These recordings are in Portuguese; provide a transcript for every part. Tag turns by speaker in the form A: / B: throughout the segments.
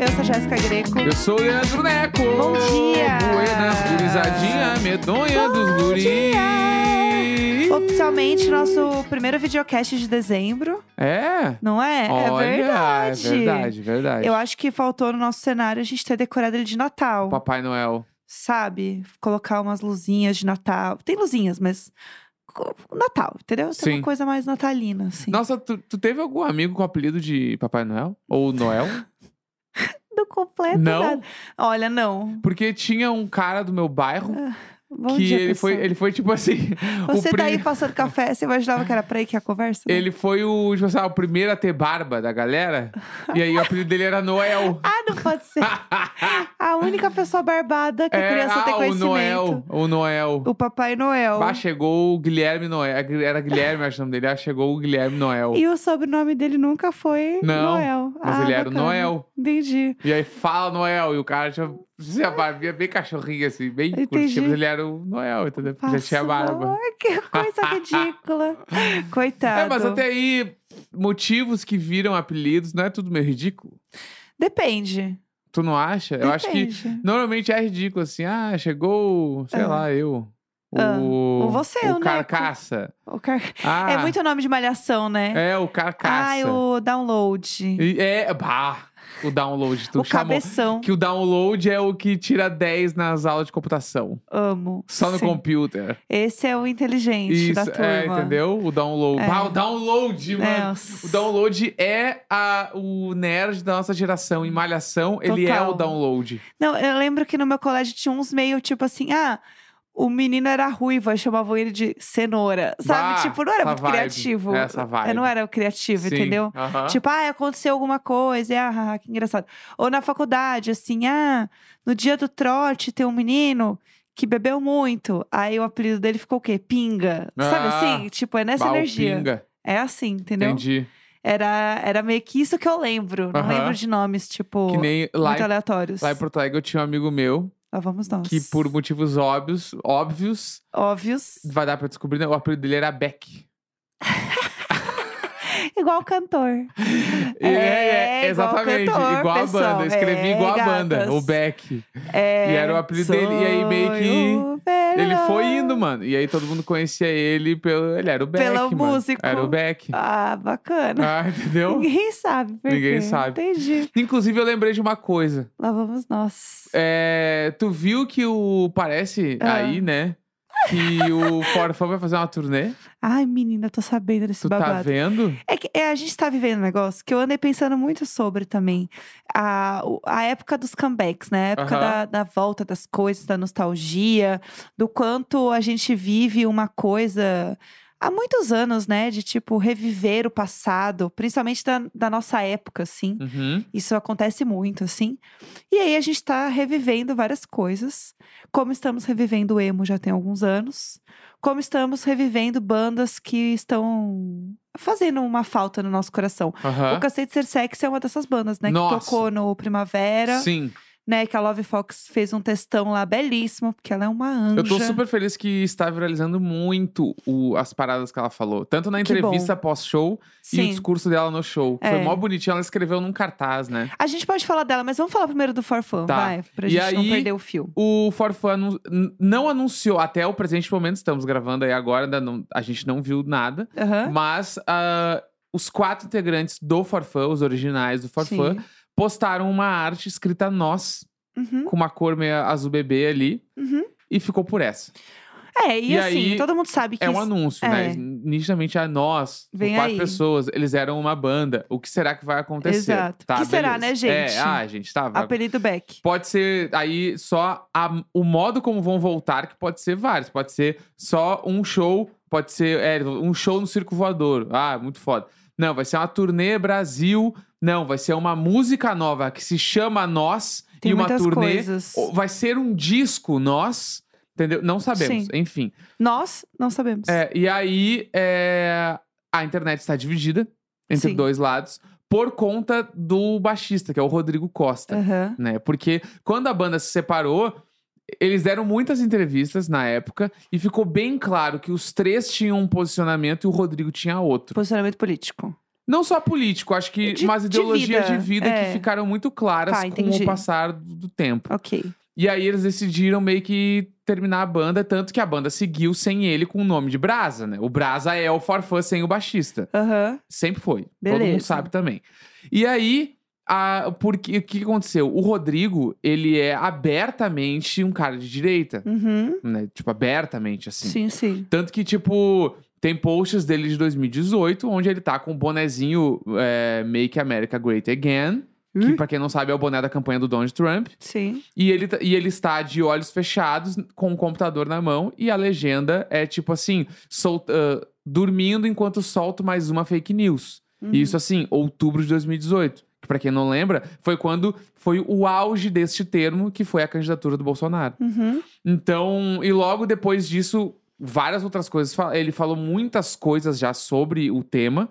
A: é Jéssica Greco.
B: Eu sou o Leandro Neco.
A: Bom dia.
B: É, Buenas, gurizadinha, medonha
A: Bom
B: dos guris.
A: dia. Oficialmente, nosso primeiro videocast de dezembro,
B: É.
A: não é?
B: Olha,
A: é verdade.
B: É verdade, verdade.
A: Eu acho que faltou no nosso cenário a gente ter decorado ele de Natal,
B: Papai Noel.
A: sabe? Colocar umas luzinhas de Natal. Tem luzinhas, mas co- Natal, entendeu? Tem
B: Sim.
A: uma coisa mais natalina, assim.
B: Nossa, tu, tu teve algum amigo com apelido de Papai Noel? Ou Noel?
A: É Do completo
B: Não?
A: nada. Olha, não.
B: Porque tinha um cara do meu bairro
A: Ah, Bom
B: que
A: dia,
B: ele
A: pessoal.
B: foi, ele foi tipo assim.
A: Você
B: o
A: tá aí
B: prim-
A: passando café, você imaginava que era pra ir que a conversa? né?
B: Ele foi o, tipo assim, ah, o primeiro a ter barba da galera. E aí o apelido dele era Noel.
A: Ah, não pode ser. A única pessoa barbada que a
B: é,
A: criança tem
B: ah, o
A: conhecimento.
B: Noel. O Noel.
A: O Papai Noel.
B: Bah, chegou o Guilherme Noel. é, Era Guilherme, acho o nome dele. Ah, chegou o Guilherme Noel.
A: E o sobrenome dele nunca foi
B: Não,
A: Noel.
B: Mas
A: Ah,
B: ele era o
A: bacana.
B: Noel.
A: Entendi.
B: E aí, fala Noel. E o cara tinha, tinha a barbinha bem cachorrinha, assim, bem
A: Entendi.
B: curtinha. Mas ele era o Noel, entendeu? Porque já tinha
A: Faço-
B: barba.
A: Ai, que coisa ridícula. Coitado.
B: É, mas até aí, motivos que viram apelidos, não é tudo meio ridículo?
A: Depende.
B: Tu não acha? Eu acho que
A: Depende.
B: normalmente é ridículo, assim. Ah, chegou, sei
A: Ah.
B: lá, eu.
A: Ah.
B: O,
A: Ou você, o
B: o
A: Neco.
B: Carcaça.
A: O car-
B: Ah,
A: É muito nome de malhação, né?
B: É, o Carcaça.
A: Ah, o download.
B: E- É, bah, o download. Tu
A: o
B: chamou.
A: cabeção.
B: Que o download é o que tira 10 nas aulas de computação.
A: Amo.
B: Só no
A: Sim.
B: computer.
A: Esse é o inteligente da
B: Isso,
A: turma.
B: é, entendeu? O download.
A: É.
B: Ah, o download, mano.
A: Nossa.
B: O download é a, o nerd da nossa geração. Em malhação, ele é
A: Total.
B: o download.
A: Não, eu lembro que no meu colégio tinha uns meio tipo assim, ah, o menino era ruivo, aí chamavam ele de cenoura, sabe?
B: Bah,
A: tipo, não era
B: essa
A: muito
B: vibe, é
A: criativo.
B: essa vibe.
A: Eu não era o criativo,
B: Sim,
A: entendeu?
B: aham.
A: Tipo, ah, aconteceu alguma coisa, e, ah, haha, que engraçado. Ou na faculdade, assim, ah, no dia do trote tem um menino que bebeu muito. Aí o apelido dele ficou o quê? Pinga. Sabe
B: Ah,
A: assim? Tipo, é nessa
B: Bah, o
A: energia.
B: pinga.
A: É assim, entendeu?
B: Entendi.
A: Era, era meio que isso que eu lembro. Não
B: Aham.
A: lembro de nomes, tipo,
B: Que nem lá,
A: muito
B: em-
A: aleatórios.
B: lá em Porto Alegre eu tinha um amigo meu
A: Lá Ah, vamos nós.
B: que, por motivos óbvios, óbvios,
A: Óbvios.
B: vai dar pra descobrir, né? O apelido dele era Beck.
A: Igual o cantor.
B: É, é,
A: É, igual o
B: exatamente.
A: cantor,
B: igual
A: pessoal.
B: a banda. Eu escrevi
A: É,
B: igual a banda,
A: gatas.
B: o Beck.
A: É,
B: E era o apelido dele, e aí meio
A: sou
B: que
A: o Belo.
B: Ele foi indo, mano. E aí todo mundo conhecia ele pelo. Ele era o Beck.
A: Pelo
B: mano.
A: músico.
B: Era o Beck.
A: Ah, bacana.
B: Ah, entendeu?
A: Ninguém sabe. por
B: Ninguém
A: quê.
B: sabe.
A: Entendi.
B: Inclusive, eu lembrei de uma coisa.
A: Lá vamos nós.
B: É, tu viu que o. Parece
A: Ah.
B: aí, né? Que o Forfã vai fazer uma turnê.
A: Ai, menina, tô sabendo desse
B: Tu
A: babado.
B: tá vendo?
A: É que é, a gente tá vivendo um negócio que eu andei pensando muito sobre também. A, o- a época dos comebacks, né? A época
B: Aham.
A: da, da volta das coisas, da nostalgia, do quanto a gente vive uma coisa. Há muitos anos, né? De tipo, reviver o passado, principalmente da, da nossa época, assim.
B: Uhum.
A: Isso acontece muito, assim. E aí a gente tá revivendo várias coisas. Como estamos revivendo o emo já tem alguns anos. Como estamos revivendo bandas que estão fazendo uma falta no nosso coração. O
B: Aham.
A: Cacete Ser Sexy é uma dessas bandas, né?
B: Nossa.
A: Que tocou no Primavera,
B: Sim.
A: né? Que a Love Fox fez um textão lá belíssimo, porque ela é uma anja.
B: Eu tô super feliz que está viralizando muito o- as paradas que ela falou. Tanto na
A: Que bom.
B: entrevista pós-show e o
A: Sim.
B: discurso dela no show.
A: É.
B: Foi mó bonitinho. Ela escreveu num cartaz, né?
A: A gente pode falar dela, mas vamos falar primeiro do Forfun,
B: Tá.
A: vai. Pra
B: E
A: gente não
B: aí-
A: perder o fio.
B: O Forfã anu- n- não anunciou, até o presente momento, estamos gravando aí agora, ainda não- a gente não viu nada,
A: Aham.
B: mas ah, os quatro integrantes do Forfã, os originais do Forfã,
A: Sim.
B: postaram uma arte escrita nós,
A: Uhum,
B: com uma cor meio azul bebê ali,
A: uhum.
B: e ficou por essa.
A: É, e,
B: E
A: assim,
B: aí,
A: todo mundo sabe que
B: É um
A: isso-
B: anúncio, né?
A: é.
B: Nitidamente a nós, com
A: Vem
B: quatro
A: aí.
B: pessoas, eles eram uma banda. O que será que vai acontecer?
A: Exato.
B: Tá,
A: Que será,
B: beleza.
A: né, gente?
B: É, ah, gente, tá. vai-
A: apelido Beck.
B: Pode ser aí só a- o modo como vão voltar, que pode ser vários. Pode ser só um show, pode ser é, um show no Circo Voador. Ah, muito foda. Não, vai ser uma turnê Brasil. Não, vai ser uma música nova que se chama Nós
A: Tem
B: e uma
A: muitas
B: turnê.
A: coisas.
B: Ou Vai ser um disco Nós, entendeu? Não sabemos,
A: Sim.
B: enfim.
A: Nós não sabemos.
B: É, e aí é, a internet está dividida entre
A: Sim.
B: dois lados por conta do baixista, que é o Rodrigo Costa
A: Aham.
B: né? Porque quando a banda se separou, eles deram muitas entrevistas na época e ficou bem claro que os três tinham um posicionamento e o Rodrigo tinha outro.
A: Posicionamento político.
B: Não só político, acho que
A: De-
B: umas
A: de
B: ideologias de vida,
A: vida, é.
B: que ficaram muito claras
A: Tá,
B: com
A: entendi.
B: o passar do do tempo.
A: Ok.
B: E aí eles decidiram meio que terminar a banda, tanto que a banda seguiu sem ele com o nome de Brasa, né? O Brasa é o Farfã sem o baixista.
A: Aham.
B: Sempre foi. Todo mundo
A: Beleza.
B: sabe também. E aí, a, porque, o que que aconteceu? O Rodrigo, ele é abertamente um cara de direita,
A: Uhum.
B: né? Tipo, abertamente, assim.
A: Sim, sim.
B: Tanto que, tipo, tem posts dele de 2018, onde ele tá com o bonezinho é, Make America Great Again. Que,
A: Ih,
B: pra quem não sabe, é o boné da campanha do Donald Trump.
A: Sim.
B: E ele, tá- e ele está de olhos fechados, com o computador na mão, e a legenda é tipo assim: sol- ah, dormindo enquanto solto mais uma fake news.
A: Uhum.
B: E isso assim, outubro de 2018. Que pra quem não lembra, foi quando foi o auge deste termo, que foi a candidatura do Bolsonaro.
A: Uhum.
B: Então, e logo depois disso, várias outras coisas. fa- Ele falou muitas coisas já sobre o tema.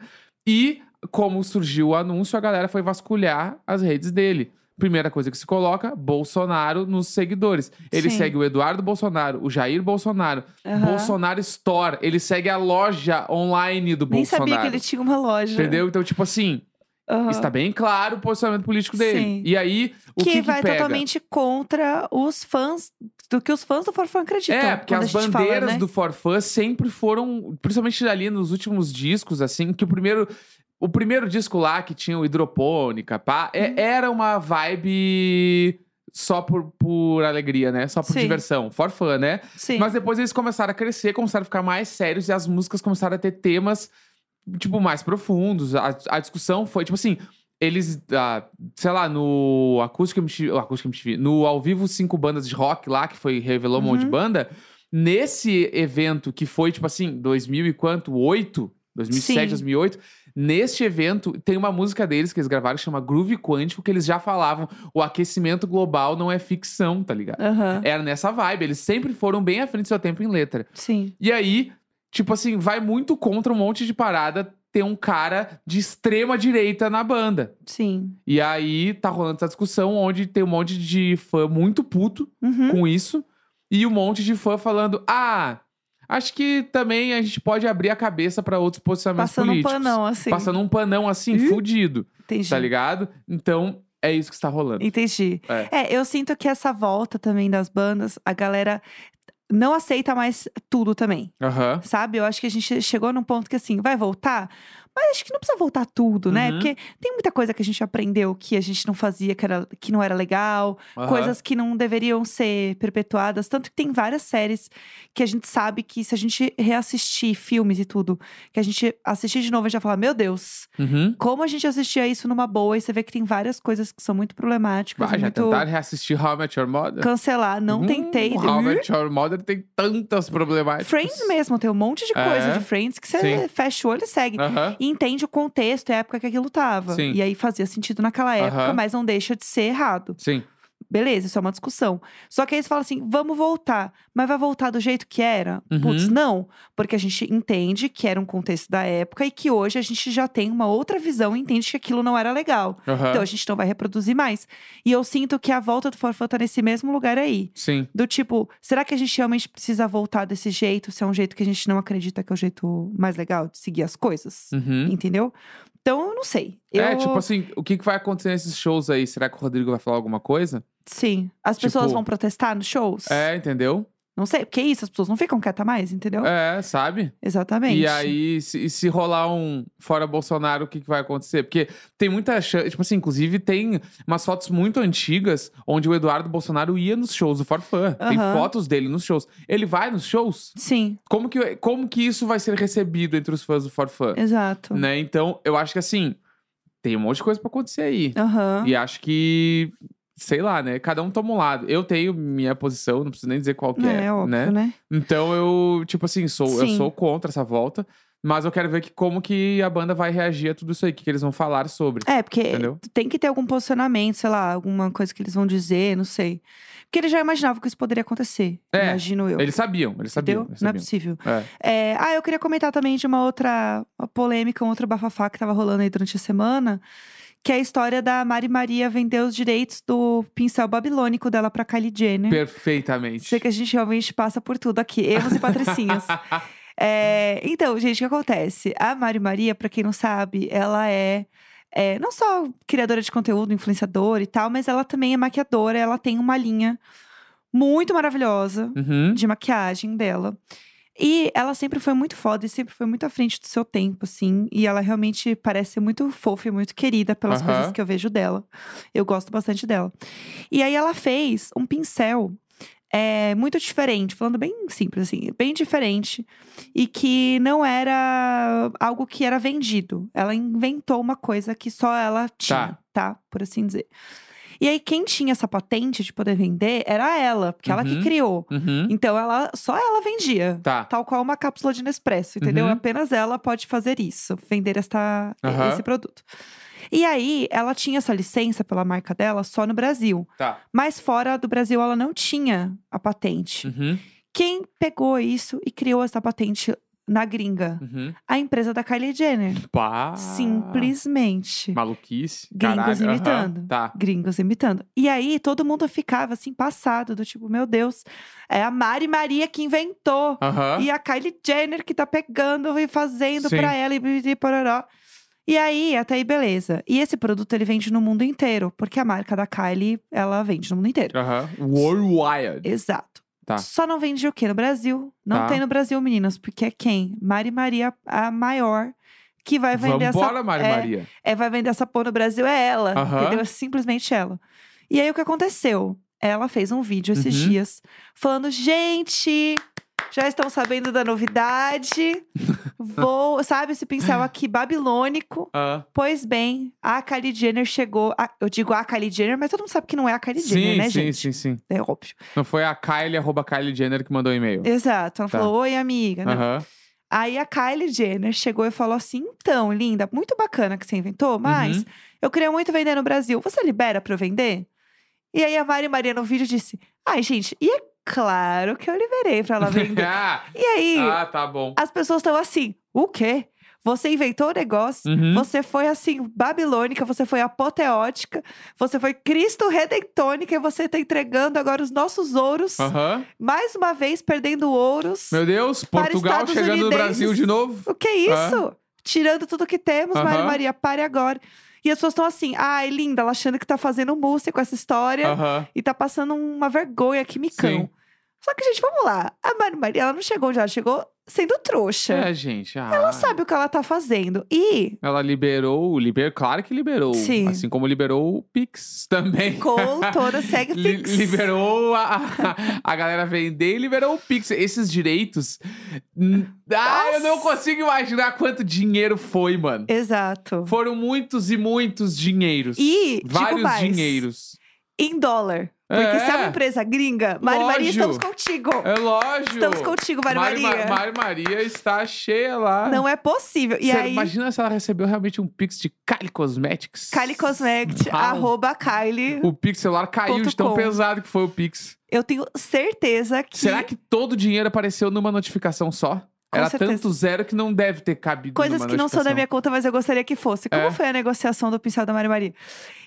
B: E como surgiu o anúncio, a galera foi vasculhar as redes dele. Primeira coisa que se coloca, Bolsonaro nos seguidores. Ele
A: Sim.
B: segue o Eduardo Bolsonaro, o Jair Bolsonaro,
A: Aham.
B: Bolsonaro Store. Ele segue a loja online do
A: Nem
B: Bolsonaro.
A: sabia que ele tinha uma loja.
B: Entendeu? Então, tipo assim,
A: Aham.
B: está bem claro o posicionamento político dele.
A: Sim.
B: E aí, o que,
A: que,
B: que
A: vai
B: pega?
A: totalmente contra os fãs do que os fãs do Forfã acreditam.
B: É, porque
A: quando
B: as
A: a gente fala,
B: bandeiras
A: né?
B: do Forfã sempre foram, principalmente ali nos últimos discos, assim, que o primeiro. O primeiro disco lá que tinha o hidropônica, pá,
A: Uhum.
B: é- era uma vibe só por, por alegria, né? Só por
A: Sim.
B: diversão, forfã, né?
A: Sim.
B: Mas depois eles começaram a crescer, começaram a ficar mais sérios e as músicas começaram a ter temas, tipo, mais profundos. A, a discussão foi, tipo assim, eles, ah, sei lá, no Acústica MTV, oh, Acústica MTV, no Ao Vivo Cinco Bandas de Rock lá, que foi, revelou um monte de
A: Uhum.
B: banda. Nesse evento que foi, tipo assim, 2000 e quanto? 8? 2007,
A: Sim.
B: 2008. Neste evento, tem uma música deles que eles gravaram que chama Groove Quântico, que eles já falavam, o aquecimento global não é ficção, tá ligado?
A: Aham.
B: era nessa vibe. Eles sempre foram bem à frente do seu tempo em letra.
A: Sim.
B: E aí, tipo assim, vai muito contra um monte de parada ter um cara de extrema direita na banda.
A: Sim.
B: E aí tá rolando essa discussão onde tem um monte de fã muito puto
A: Uhum.
B: com isso e um monte de fã falando: "Ah, acho que também a gente pode abrir a cabeça pra outros posicionamentos
A: Passando um
B: políticos."
A: panão, assim.
B: Passando um panão assim,
A: Ih.
B: fudido,
A: Entendi.
B: tá ligado? Então, é isso que está rolando.
A: Entendi. É. eu sinto que essa volta também das bandas, a galera não aceita mais tudo também.
B: Aham.
A: Sabe? Eu acho que a gente chegou num ponto que assim, vai voltar? Mas acho que não precisa voltar tudo, né?
B: Uhum.
A: Porque tem muita coisa que a gente aprendeu que a gente não fazia, que, era, que não era legal.
B: aham.
A: coisas que não deveriam ser perpetuadas. Tanto que tem várias séries que a gente sabe que se a gente reassistir filmes e tudo, que a gente assistir de novo, a gente vai falar: Meu Deus,
B: Uhum.
A: como a gente assistia isso numa boa? E você vê que tem várias coisas que são muito problemáticas.
B: Vai,
A: e
B: já
A: muito
B: tentaram reassistir How I Met Your Mother?
A: cancelar. Não tentei.
B: Hum, How I Met Your Mother tem tantas problemáticas.
A: Friends mesmo, tem um monte de coisa
B: É,
A: de Friends que
B: sim.
A: você fecha o olho e segue.
B: Aham.
A: E entende o contexto e a época que aquilo tava.
B: Sim.
A: E aí fazia sentido naquela época,
B: Aham.
A: mas não deixa de ser errado.
B: Sim.
A: Beleza, isso é uma discussão. Só que aí você fala assim: vamos voltar. Mas vai voltar do jeito que era?
B: Uhum.
A: Putz, não. Porque a gente entende que era um contexto da época e que hoje a gente já tem uma outra visão e entende que aquilo não era legal.
B: Aham.
A: Então a gente não vai reproduzir mais. E eu sinto que a volta do Forfã tá nesse mesmo lugar aí.
B: Sim.
A: Do tipo, será que a gente realmente precisa voltar desse jeito? Se é um jeito que a gente não acredita que é o jeito mais legal de seguir as coisas?
B: Uhum.
A: Entendeu? Então, eu não sei. Eu,
B: É, tipo assim, o que que vai acontecer nesses shows aí? Será que o Rodrigo vai falar alguma coisa?
A: Sim. As pessoas
B: assim, tipo-
A: vão protestar nos shows?
B: É, entendeu?
A: Não sei, porque é isso, as pessoas não ficam quietas mais, entendeu?
B: É, sabe?
A: Exatamente.
B: E aí, se, e se rolar um fora Bolsonaro, o que, que vai acontecer? Porque tem muita chance. Tipo assim, inclusive tem umas fotos muito antigas onde o Eduardo Bolsonaro ia nos shows do Forfã. Tem
A: Aham.
B: fotos dele nos shows. Ele vai nos shows?
A: Sim,
B: Como que, como que isso vai ser recebido entre os fãs do Forfã?
A: exato.
B: Né? Então, eu acho que assim, tem um monte de coisa pra acontecer aí.
A: Aham.
B: E acho que, sei lá, né? Cada um toma um lado. Eu tenho minha posição, não preciso nem dizer qual que
A: É,
B: é,
A: é
B: né?
A: óbvio, né?
B: Então eu, tipo assim, sou, eu
A: Sim.
B: sou contra essa volta, mas eu quero ver que, como que a banda vai reagir a tudo isso aí, o que, que eles vão falar sobre.
A: É, porque
B: Entendeu?
A: tem que ter algum posicionamento, sei lá, alguma coisa que eles vão dizer, não sei. Porque eles já imaginavam que isso poderia acontecer,
B: É,
A: imagino eu.
B: Eles sabiam, eles sabiam.
A: Entendeu?
B: Eles
A: Não é
B: sabiam.
A: possível.
B: É.
A: É, ah, eu queria comentar também de uma outra polêmica, um outro bafafá que tava rolando aí durante a semana, que é a história da Mari Maria vender os direitos do pincel babilônico dela pra Kylie Jenner.
B: Perfeitamente.
A: Sei que a gente realmente passa por tudo aqui, erros e patricinhas. É, então, gente, o que acontece? A Mari Maria, pra quem não sabe, ela é, é não só criadora de conteúdo, influenciadora e tal, mas ela também é maquiadora. Ela tem uma linha muito maravilhosa
B: Uhum.
A: de maquiagem dela. E ela sempre foi muito foda e sempre foi muito à frente do seu tempo, assim. E ela realmente parece ser muito fofa e muito querida pelas
B: Aham.
A: coisas que eu vejo dela. Eu gosto bastante dela. E aí ela fez um pincel é, muito diferente, falando bem simples, assim, bem diferente. E que não era algo que era vendido. Ela inventou uma coisa que só ela tinha, tá? Por assim dizer. E aí, quem tinha essa patente de poder vender era ela, porque ela que
B: Uhum.
A: criou.
B: Uhum.
A: Então ela só ela vendia.
B: Tá.
A: Tal qual uma cápsula de Nespresso, entendeu?
B: Uhum.
A: Apenas ela pode fazer isso, vender esta,
B: Aham.
A: esse produto. E aí, ela tinha essa licença pela marca dela só no Brasil.
B: Tá.
A: Mas fora do Brasil, ela não tinha a patente.
B: Uhum.
A: Quem pegou isso e criou essa patente na gringa?
B: Uhum.
A: A empresa da Kylie Jenner.
B: Pá.
A: Simplesmente.
B: Maluquice.
A: Gringos
B: Caralho. aham.
A: imitando.
B: Tá.
A: Gringos imitando. E aí, todo mundo ficava assim, passado, do tipo, meu Deus, é a Mari Maria que inventou.
B: Aham.
A: E a Kylie Jenner que tá pegando e fazendo
B: Sim.
A: pra ela e bibidi pororó. E aí, até aí, beleza. E esse produto ele vende no mundo inteiro, porque a marca da Kylie, ela vende no mundo inteiro.
B: Aham. Worldwide.
A: Exato.
B: Tá.
A: Só não vende o quê? No Brasil. Não
B: Tá.
A: tem no Brasil, meninas, porque é quem? Mari Maria, a maior, que vai vender
B: Vambora,
A: essa.
B: Mari
A: é,
B: Maria.
A: é, vai vender essa porra no Brasil é ela,
B: Aham.
A: entendeu? É simplesmente ela. E aí o que aconteceu? Ela fez um vídeo esses
B: Uhum.
A: dias falando: gente, já estão sabendo da novidade. Vou, sabe, esse pincel aqui babilônico.
B: Ah,
A: Pois bem, a Kylie Jenner chegou. a- eu digo a Kylie Jenner, mas todo mundo sabe que não é a Kylie Jenner,
B: sim,
A: né,
B: sim,
A: gente?
B: sim, sim.
A: É óbvio.
B: Não foi a Kylie, arroba Kylie Jenner que mandou o e-mail.
A: Exato. Ela
B: Tá.
A: falou: oi, amiga. né, Não.
B: Aham.
A: Aí a Kylie Jenner chegou e falou assim: então, linda, muito bacana que você inventou, mas
B: Uhum.
A: eu queria muito vender no Brasil. Você libera pra eu vender? E aí a Mari Maria no vídeo disse: ai, gente, e é claro que eu liberei pra ela vender.
B: ah,
A: e aí
B: ah, tá bom.
A: as pessoas estão assim: o quê? Você inventou o negócio?
B: Uhum.
A: Você foi assim, babilônica, você foi apoteótica, você foi Cristo redentônica e você tá entregando agora os nossos ouros,
B: Aham.
A: mais uma vez perdendo ouros.
B: Meu Deus,
A: Para
B: Portugal chegando no Brasil
A: estadunidenses.
B: de novo.
A: O que é isso? Tirando tudo que temos, Mari
B: Aham.
A: Maria, pare agora. E as pessoas estão assim, ai, linda, ela achando que tá fazendo música com essa história
B: Aham.
A: e tá passando uma vergonha que micão.
B: Sim.
A: Só que, gente, vamos lá. A Mari Maria, ela não chegou onde ela chegou sendo trouxa.
B: É, gente. ah.
A: Ela sabe o que ela tá fazendo. E,
B: Ela liberou, liber, claro que liberou.
A: Sim.
B: Assim como liberou o Pix também.
A: com toda, segue
B: Li-
A: Pix.
B: liberou a, a- a galera vender e liberou o Pix. Esses direitos. n- Ah, eu não
A: Nossa.
B: consigo imaginar quanto dinheiro foi, mano.
A: Exato.
B: Foram muitos e muitos dinheiros.
A: E, digo
B: Vários
A: mais.
B: dinheiros.
A: Em dólar. Porque
B: É.
A: se é uma empresa gringa, Mari Maria,
B: Lógico.
A: estamos contigo.
B: É lógico.
A: Estamos contigo, Mari
B: Ma-
A: Maria.
B: Mari Maria está cheia lá.
A: Não é possível. E
B: Sério,
A: aí.
B: Imagina se ela recebeu realmente um Pix de Kylie Cosmetics.
A: Kylie Cosmect,
B: Uau.
A: arroba Kylie.
B: O Pix celular caiu de
A: Ponto
B: tão
A: com.
B: pesado que foi o Pix.
A: Eu tenho certeza que.
B: Será que todo o dinheiro apareceu numa notificação só?
A: Com
B: Era
A: certeza.
B: tanto zero que não deve ter cabido
A: Coisas
B: numa
A: que não são da
B: notificação.
A: minha conta, mas eu gostaria que fosse. Como
B: É.
A: foi a negociação do pincel da Mari Maria?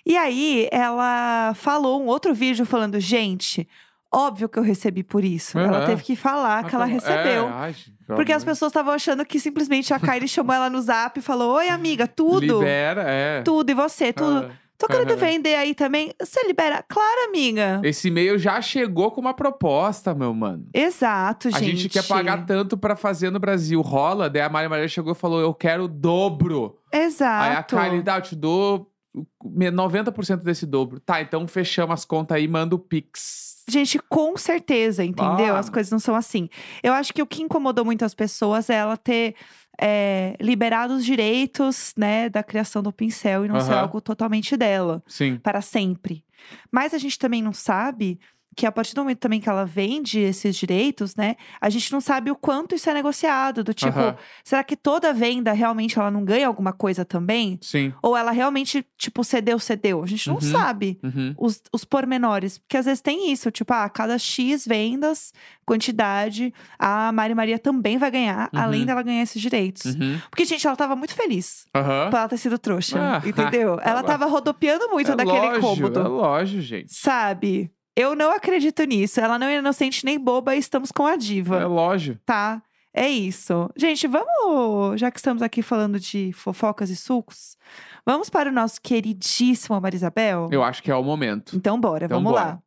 A: E aí, ela falou um outro vídeo falando: gente, óbvio que eu recebi por isso. Ela
B: Aham.
A: teve que falar
B: Ah,
A: que ela
B: pelo-
A: recebeu.
B: É, ai, gente, pelo
A: Porque as
B: amor
A: pessoas estavam achando que simplesmente a Kylie chamou ela no zap e falou: Oi, amiga,
B: de-
A: tudo.
B: Libera, é.
A: Tudo, e você, tudo.
B: Ah,
A: Tô querendo
B: aham.
A: vender aí também. Você libera? Claro, amiga.
B: Esse e-mail já chegou com uma proposta, meu mano.
A: Exato,
B: A
A: gente.
B: gente quer pagar tanto pra fazer no Brasil. Rola, daí a Maria Maria chegou e falou: Eu quero o dobro. Aí a
A: Exato.
B: Kylie, dá, eu te dou o- 90% desse dobro. Tá, então fechamos as contas aí, manda o Pix.
A: Gente, com certeza, entendeu?
B: Ah.
A: As coisas não são assim. Eu acho que o que incomodou muito as pessoas é ela ter é, liberado os direitos, né, da criação do pincel e não ser
B: Aham.
A: algo totalmente dela,
B: Sim.
A: para sempre. Mas a gente também não sabe que a partir do momento também que ela vende esses direitos, né, a gente não sabe o quanto isso é negociado. Do tipo,
B: Aham.
A: será que toda venda realmente ela não ganha alguma coisa também?
B: Sim.
A: Ou ela realmente, tipo, cedeu, cedeu? A gente não
B: Uhum.
A: sabe
B: Uhum.
A: os, os pormenores. Porque às vezes tem isso, tipo, ah, cada X vendas, quantidade, a Mari Maria também vai ganhar,
B: Uhum.
A: além dela ganhar esses direitos.
B: Uhum.
A: Porque, gente, ela tava muito feliz
B: Aham.
A: por ela ter sido trouxa,
B: Ah,
A: entendeu? Ela
B: bom.
A: tava rodopiando muito
B: é
A: naquele
B: lógico, É
A: cômodo,
B: lógico, gente.
A: sabe? Eu não acredito nisso. Ela não é inocente nem boba, estamos com a
B: É
A: diva,
B: lógico.
A: tá? É isso. Gente, vamos, já que estamos aqui falando de fofocas e sucos, vamos para o nosso queridíssimo Marisabel?
B: Eu acho que é o momento.
A: Então bora,
B: Então
A: vamos
B: bora.
A: lá.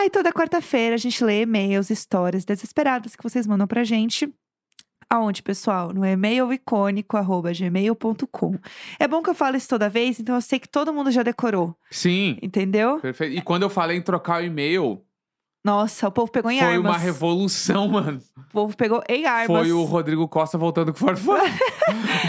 A: Ai, toda quarta-feira a gente lê e-mails, histórias desesperadas que vocês mandam pra gente. Aonde, pessoal? No e-mailicônico.gmail.com. É bom que eu falo isso toda vez, então eu sei que todo mundo já decorou,
B: Sim.
A: entendeu?
B: Perfeito. E quando eu falei em trocar o e-mail,
A: Nossa, o povo pegou em
B: foi
A: armas.
B: uma revolução, mano.
A: O povo pegou em armas.
B: Foi o Rodrigo Costa voltando com o Farfã.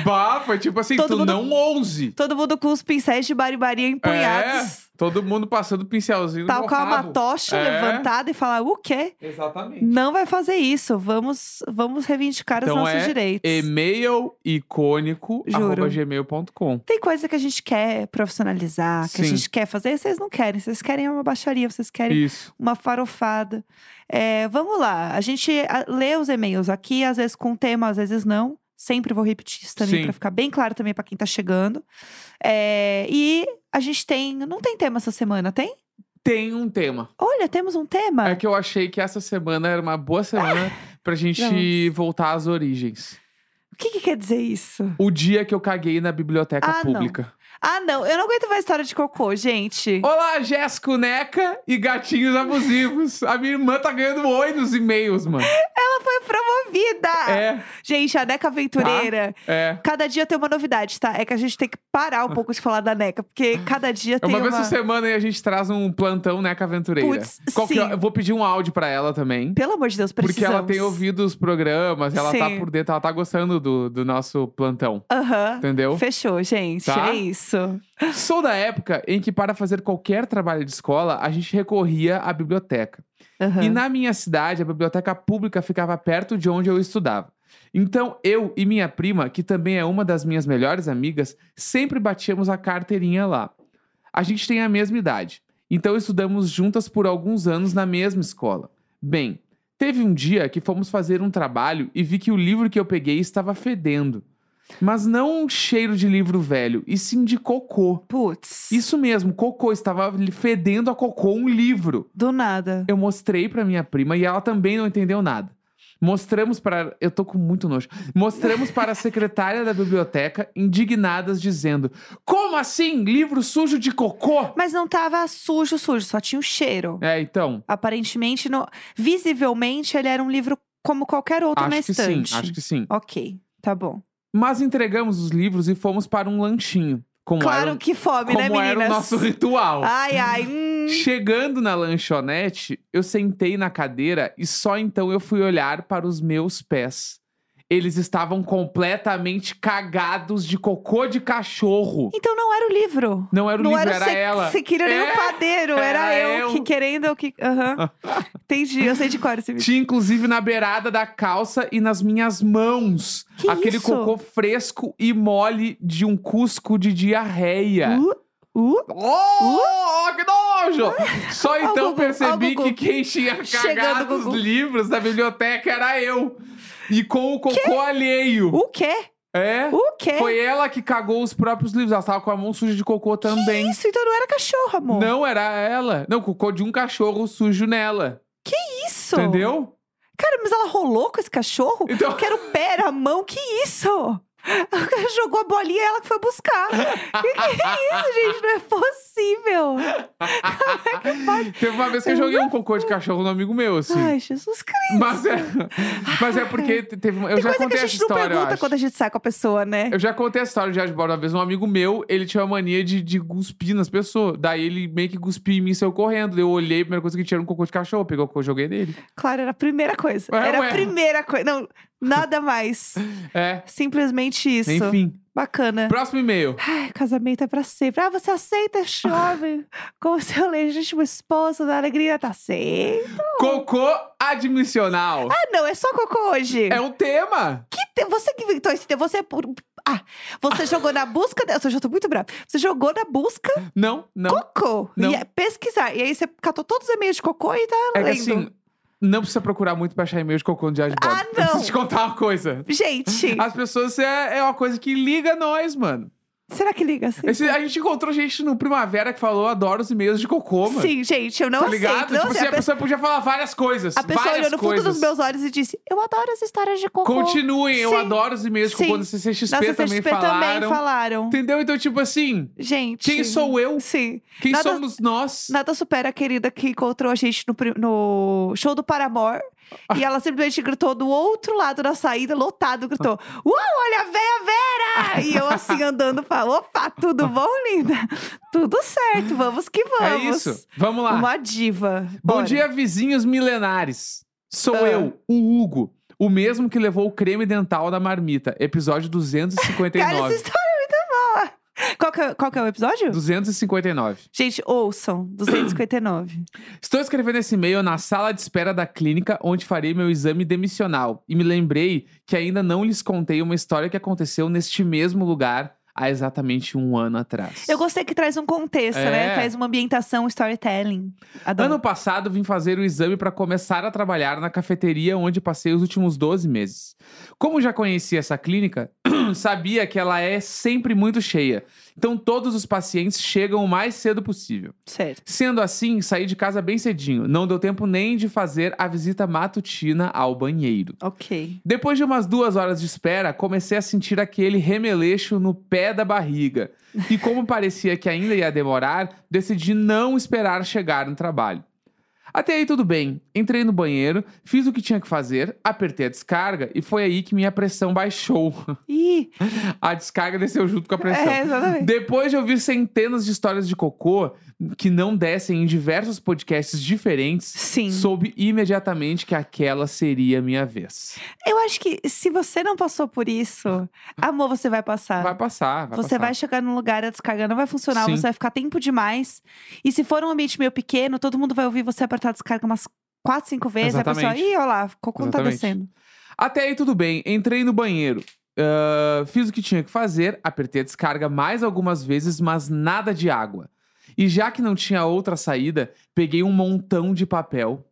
B: bah, foi tipo assim,
A: Todo
B: tu
A: mundo-
B: não ouse.
A: Todo mundo com os pincéis de
B: É?
A: baribaria empunhados.
B: Todo mundo passando pincelzinho
A: Tal
B: no
A: qual uma
B: rabo.
A: tocha
B: É.
A: levantada e falar, o quê?
B: Exatamente.
A: Não vai fazer isso. Vamos, vamos reivindicar
B: Então
A: os nossos
B: é
A: direitos.
B: E-mail icônico
A: Juro.
B: arroba gmail.com.
A: Tem coisa que a gente quer profissionalizar, que a
B: Sim.
A: gente quer fazer, e vocês não querem. Vocês querem uma baixaria, vocês querem
B: Isso.
A: uma farofada. É, vamos lá. A gente ah, lê os e-mails aqui, às vezes com tema, às vezes não. Sempre vou repetir isso também
B: Sim.
A: para ficar bem claro também para quem tá chegando. É, e a gente tem. Não tem tema essa semana, tem?
B: Tem um tema.
A: Olha, temos um tema.
B: É que eu achei que essa semana era uma boa semana pra gente voltar às origens.
A: O que, que quer dizer isso?
B: O dia que eu caguei na biblioteca
A: Ah, não.
B: pública.
A: Ah, não. Eu não aguento mais história de cocô, gente.
B: Olá, Jéssico Neca e gatinhos abusivos. A minha irmã tá ganhando oi nos e-mails, mano.
A: Foi promovida!
B: É,
A: Gente, a Neca Aventureira.
B: é.
A: Cada dia tem uma novidade, tá? É que a gente tem que parar um pouco de falar da NECA, porque cada dia
B: É
A: tem
B: uma
A: uma.
B: vez por semana e a gente traz um plantão Neca Aventureira.
A: Putz,
B: Qual que
A: sim.
B: é? eu vou pedir um áudio pra ela também.
A: Pelo amor de Deus, precisamos.
B: Porque ela tem ouvido os programas, ela tá
A: Sim.
B: por dentro, ela tá gostando do, do nosso plantão,
A: Aham.
B: entendeu?
A: Fechou, gente.
B: Tá?
A: É isso.
B: Sou da época em que, para fazer qualquer trabalho de escola, a gente recorria à biblioteca.
A: Aham.
B: E na minha cidade, a biblioteca pública ficava perto de onde eu estudava. Então, eu e minha prima, que também é uma das minhas melhores amigas, sempre batíamos a carteirinha lá. A gente tem a mesma idade, então estudamos juntas por alguns anos na mesma escola. Bem, teve um dia que fomos fazer um trabalho e vi que o livro que eu peguei estava fedendo. Mas não um cheiro de livro velho, e sim de cocô.
A: Putz.
B: Isso mesmo, cocô. Estava li- fedendo a cocô um livro.
A: Do nada.
B: Eu mostrei pra minha prima e ela também não entendeu nada. Mostramos para. Eu tô com muito nojo. Mostramos para a secretária da biblioteca, indignadas, dizendo: Como assim? Livro sujo de cocô?
A: Mas não tava sujo, sujo, só tinha o cheiro.
B: É, então.
A: Aparentemente, no... visivelmente, ele era um livro como qualquer outro na
B: acho que sim,
A: estante.
B: acho que sim.
A: Ok, tá bom.
B: Mas entregamos os livros e fomos para um lanchinho. Como
A: claro
B: era, o-
A: que fome,
B: como
A: né,
B: era
A: meninas? Ah,
B: o nosso ritual.
A: Ai, ai. hum.
B: Chegando na lanchonete, eu sentei na cadeira e só então eu fui olhar para os meus pés. Eles estavam completamente cagados de cocô de cachorro.
A: Então não era o livro.
B: Não era o
A: não
B: livro,
A: era,
B: era,
A: se,
B: ela.
A: sequeiro nem
B: É,
A: o padeiro, era,
B: era
A: eu,
B: eu. Ah.
A: que querendo o que. Aham. Entendi, eu sei de cor esse vídeo.
B: Tinha inclusive na beirada da calça e nas minhas mãos.
A: Que
B: aquele
A: isso?
B: cocô fresco e mole de um cusco de diarreia.
A: Uh, uh,
B: Oh, que nojo! Só
A: Ó o
B: então
A: Gugu, ó
B: percebi
A: o Gugu.
B: que quem tinha
A: Chegando,
B: cagado os
A: Gugu.
B: livros da biblioteca era eu. E com o cocô alheio.
A: o quê?
B: É?
A: O quê?
B: Foi ela que cagou os próprios livros. Ela tava com a mão suja de cocô também.
A: Isso, então não era cachorro, amor.
B: Não, era ela. Não, cocô de um cachorro sujo nela.
A: Isso.
B: Entendeu?
A: Cara, mas ela rolou com esse cachorro?
B: Então-
A: Eu quero o pé, era a mão, que isso? O cara jogou a bolinha e ela que foi buscar. que, que é isso, gente? Não é possível.
B: Teve uma vez que eu joguei um cocô de cachorro no amigo meu, assim.
A: Ai, Jesus Cristo.
B: Mas é, mas é porque te- teve. uma- Eu
A: Tem
B: já
A: coisa que
B: contei
A: a
B: essa
A: gente não
B: história. eu
A: pergunta
B: acho.
A: quando a gente sai com a pessoa, né?
B: Eu já contei a história de Jadbor uma vez. Um amigo meu, ele tinha uma mania de, de cuspir nas pessoas. Daí ele meio que cuspia em mim e saiu correndo. Eu olhei, a primeira coisa que tinha era um cocô de cachorro. Pegou o cocô, joguei nele.
A: Claro, era a primeira coisa.
B: É,
A: era
B: ué.
A: a primeira coisa. Não, nada mais.
B: É.
A: Simplesmente isso.
B: Enfim.
A: Bacana.
B: Próximo e-mail.
A: Ai, casamento é pra sempre. Ah, você aceita jovem como seu legítimo esposo da alegria? Tá certo.
B: Cocô admissional.
A: Ah, não, é só cocô hoje.
B: É um tema.
A: Que te- Você que inventou esse tema, você é por... Ah, você jogou na busca... da- Eu já tô muito brava. Você jogou na busca
B: Não, não.
A: cocô.
B: Uhum. Não.
A: E é pesquisar. E aí você catou todos os e-mails de cocô e tá
B: é que
A: lendo.
B: assim, não precisa procurar muito pra achar e-mail de cocô no Jadbor.
A: Ah,
B: Eu preciso
A: não.
B: te contar uma coisa.
A: Gente,
B: As pessoas é, é uma coisa que liga nós, mano.
A: Será que liga assim?
B: Esse- a gente encontrou gente no Primavera que falou, adoro os e-mails de Cocoma.
A: Sim, gente, eu não
B: Tá
A: aceito.
B: ligado? tipo
A: não
B: assim,
A: aceito.
B: a pessoa podia falar várias coisas.
A: A pessoa
B: várias
A: olhou no fundo
B: coisas.
A: dos meus olhos e disse: Eu adoro as histórias de cocô.
B: Continuem, eu
A: Sim.
B: adoro os e-mails de Cocô
A: Sim.
B: da CCXP
A: Na
B: também
A: CCXP
B: falaram.
A: também falaram.
B: Entendeu? Então, tipo assim,
A: Gente.
B: quem sou eu?
A: Sim.
B: Quem
A: Nada-
B: somos nós?
A: Nada supera a querida que encontrou a gente no, pri- no show do Paramor. E ela simplesmente gritou do outro lado da saída, lotado, gritou: Uau, olha a véia Vera! E eu assim andando, falo: Opa, tudo bom, linda? Tudo certo, vamos que vamos.
B: É isso. Vamos lá.
A: Uma diva.
B: Bom
A: Bora.
B: dia, vizinhos milenares. Sou
A: Ah.
B: eu, o Hugo, o mesmo que levou o creme dental da marmita. Episódio
A: Cara,
B: 259.
A: essa história é muito boa. Qual que é, qual que é o episódio?
B: 259.
A: Gente, ouçam, 259.
B: Estou escrevendo esse e-mail na sala de espera da clínica onde farei meu exame demissional e me lembrei que ainda não lhes contei uma história que aconteceu neste mesmo lugar há exatamente um ano atrás.
A: Eu gostei que traz um contexto,
B: É.
A: né? Traz uma ambientação, storytelling. Adoro.
B: Ano passado vim fazer o exame para começar a trabalhar na cafeteria onde passei os últimos 12 meses. Como já conhecia essa clínica, sabia que ela é sempre muito cheia. Então todos os pacientes chegam o mais cedo possível.
A: Certo.
B: Sendo assim, saí de casa bem cedinho. Não deu tempo nem de fazer a visita matutina ao banheiro.
A: Ok.
B: Depois de umas duas horas de espera, comecei a sentir aquele remeleixo no pé da barriga. E como parecia que ainda ia demorar, decidi não esperar chegar no trabalho. Até aí tudo bem. Entrei no banheiro, fiz o que tinha que fazer, apertei a descarga e foi aí que minha pressão baixou.
A: Ih,
B: A descarga desceu junto com a pressão.
A: é, exatamente.
B: Depois de ouvir centenas de histórias de cocô que não descem em diversos podcasts diferentes,
A: Sim.
B: soube imediatamente que aquela seria minha vez.
A: Eu acho que se você não passou por isso, amor, você vai passar.
B: Vai passar, vai
A: Ah. você
B: passar.
A: vai chegar num lugar, a descarga não vai funcionar,
B: Sim.
A: você vai ficar tempo demais. E se for um ambiente meio pequeno, todo mundo vai ouvir você apertar a descarga umas quatro, cinco vezes. A
B: Exatamente.
A: pessoa, ih, olha lá, cocô tá
B: Exatamente.
A: descendo.
B: Até aí tudo bem, entrei no banheiro. ah, fiz o que tinha que fazer, apertei a descarga mais algumas vezes, mas nada de água. E já que não tinha outra saída, peguei um montão de papel,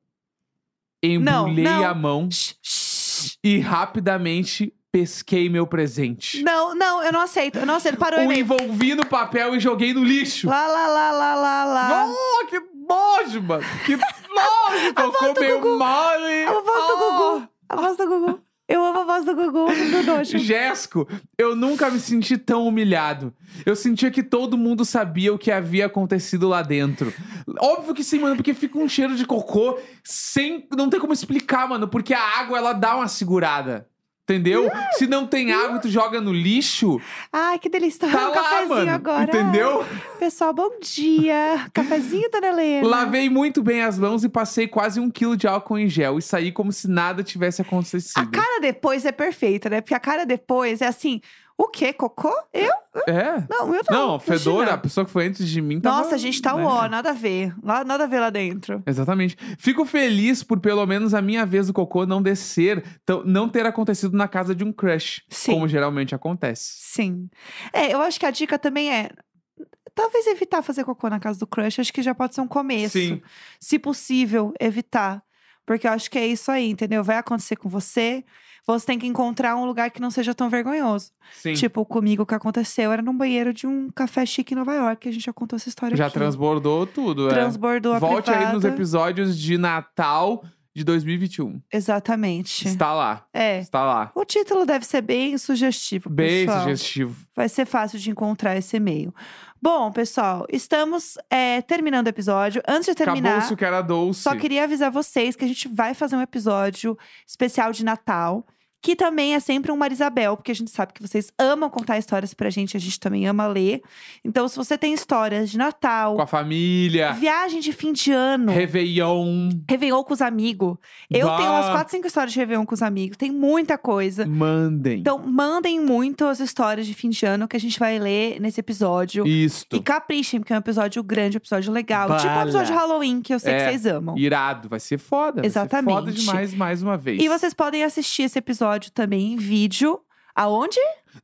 A: Não,
B: embrulhei
A: não.
B: a mão
A: Shh, shh.
B: e rapidamente pesquei meu presente.
A: Não, não, eu não aceito. Eu não aceito. Parou o
B: O
A: e-mail.
B: envolvi no papel e joguei no lixo.
A: Lá, lá, lá, lá, lá, lá.
B: Oh, que nojo, mano! Que nojo! Cocô
A: do
B: meio
A: Gugu.
B: mole!
A: A voz do
B: Ah.
A: Gugu. A voz do Gugu. Eu amo a voz do Gugu do Dojo.
B: Jéssico, eu nunca me senti tão humilhado. Eu sentia que todo mundo sabia o que havia acontecido lá dentro. Óbvio que sim, mano, porque fica um cheiro de cocô sem. Não tem como explicar, mano, porque a água ela dá uma segurada. Entendeu? Se não tem água e tu joga no lixo,
A: Ai, que delícia. Tomei
B: tá
A: um
B: lá,
A: cafezinho
B: mano.
A: agora.
B: Entendeu?
A: Ai, Pessoal, bom dia. Cafezinho, dona Helena.
B: Lavei muito bem as mãos e passei quase um quilo de álcool em gel e saí como se nada tivesse
A: A
B: acontecido.
A: cara depois é perfeita, né? Porque a cara depois é assim, o quê? Cocô? Eu?
B: É.
A: Não, eu não.
B: Não, fedor,
A: imagina.
B: a pessoa que foi antes de mim tava,
A: Nossa, a gente tá
B: né?
A: uó, nada a ver. Lá- Nada a ver lá dentro.
B: Exatamente. Fico feliz por pelo menos a minha vez do cocô não descer, tão- não ter acontecido na casa de um crush,
A: Sim.
B: como geralmente acontece.
A: Sim. É, eu acho que a dica também é. Talvez evitar fazer cocô na casa do crush, acho que já pode ser um começo.
B: Sim.
A: Se possível, evitar. Porque eu acho que é isso aí, entendeu? Vai acontecer com você. Você tem que encontrar um lugar que não seja tão vergonhoso.
B: Sim.
A: Tipo, comigo o que aconteceu era num banheiro de um café chique em Nova York, que a gente já contou essa história
B: Já
A: aqui.
B: transbordou tudo,
A: Transbordou
B: é.
A: a
B: Volte aí nos
A: privada.
B: episódios de Natal de 2021.
A: Exatamente.
B: Está lá.
A: É.
B: Está lá.
A: O título deve ser bem sugestivo,
B: Bem
A: É. pessoal.
B: sugestivo.
A: Vai ser fácil de encontrar esse e-mail. Bom, pessoal, estamos é, terminando o episódio. Antes de terminar,
B: Acabou-se o que era doce.
A: só queria avisar vocês que a gente vai fazer um episódio especial de Natal. Que também é sempre um Marisabel, porque a gente sabe que vocês amam contar histórias pra gente, a gente também ama ler. Então, se você tem histórias de Natal,
B: Com a família.
A: viagem de fim de ano,
B: Réveillon.
A: Réveillon com os amigos. Eu
B: Bah.
A: tenho umas 4, 5 histórias de Réveillon com os amigos, tem muita coisa.
B: Mandem.
A: Então, mandem muito as histórias de fim de ano que a gente vai ler nesse episódio.
B: Isto.
A: E caprichem, porque é um episódio grande, um episódio legal. Tipo um
B: Bala.
A: episódio de Halloween, que eu sei
B: É,
A: que vocês amam.
B: Irado. Vai ser foda. Vai ser foda
A: Exatamente.
B: demais, mais uma vez.
A: E vocês podem assistir esse episódio também em vídeo. Aonde?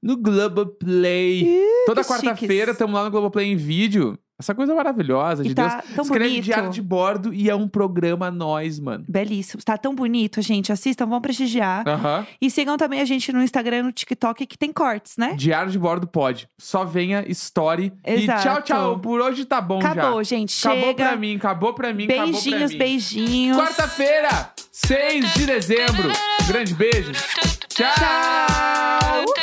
B: no Globoplay. Toda
A: que chiques.
B: quarta-feira estamos lá no Globoplay em vídeo. Essa coisa maravilhosa
A: E
B: de
A: tá
B: Deus.
A: tão
B: Escreve
A: bonito.
B: diário de bordo e é um programa nós, mano.
A: Belíssimo. Tá tão bonito, gente. Assistam, vão prestigiar.
B: Aham.
A: E sigam também a gente no Instagram e no TikTok, que tem cortes, né?
B: Diário de bordo pode. Só venha, story. E
A: Exato.
B: tchau, tchau. Por hoje tá bom
A: Acabou,
B: já.
A: gente.
B: Acabou
A: Chega.
B: pra mim, acabou pra mim, acabou pra
A: Beijinhos,
B: mim.
A: beijinhos.
B: Quarta-feira, 6 de dezembro. Grande beijo. Tchau.
A: Tchau.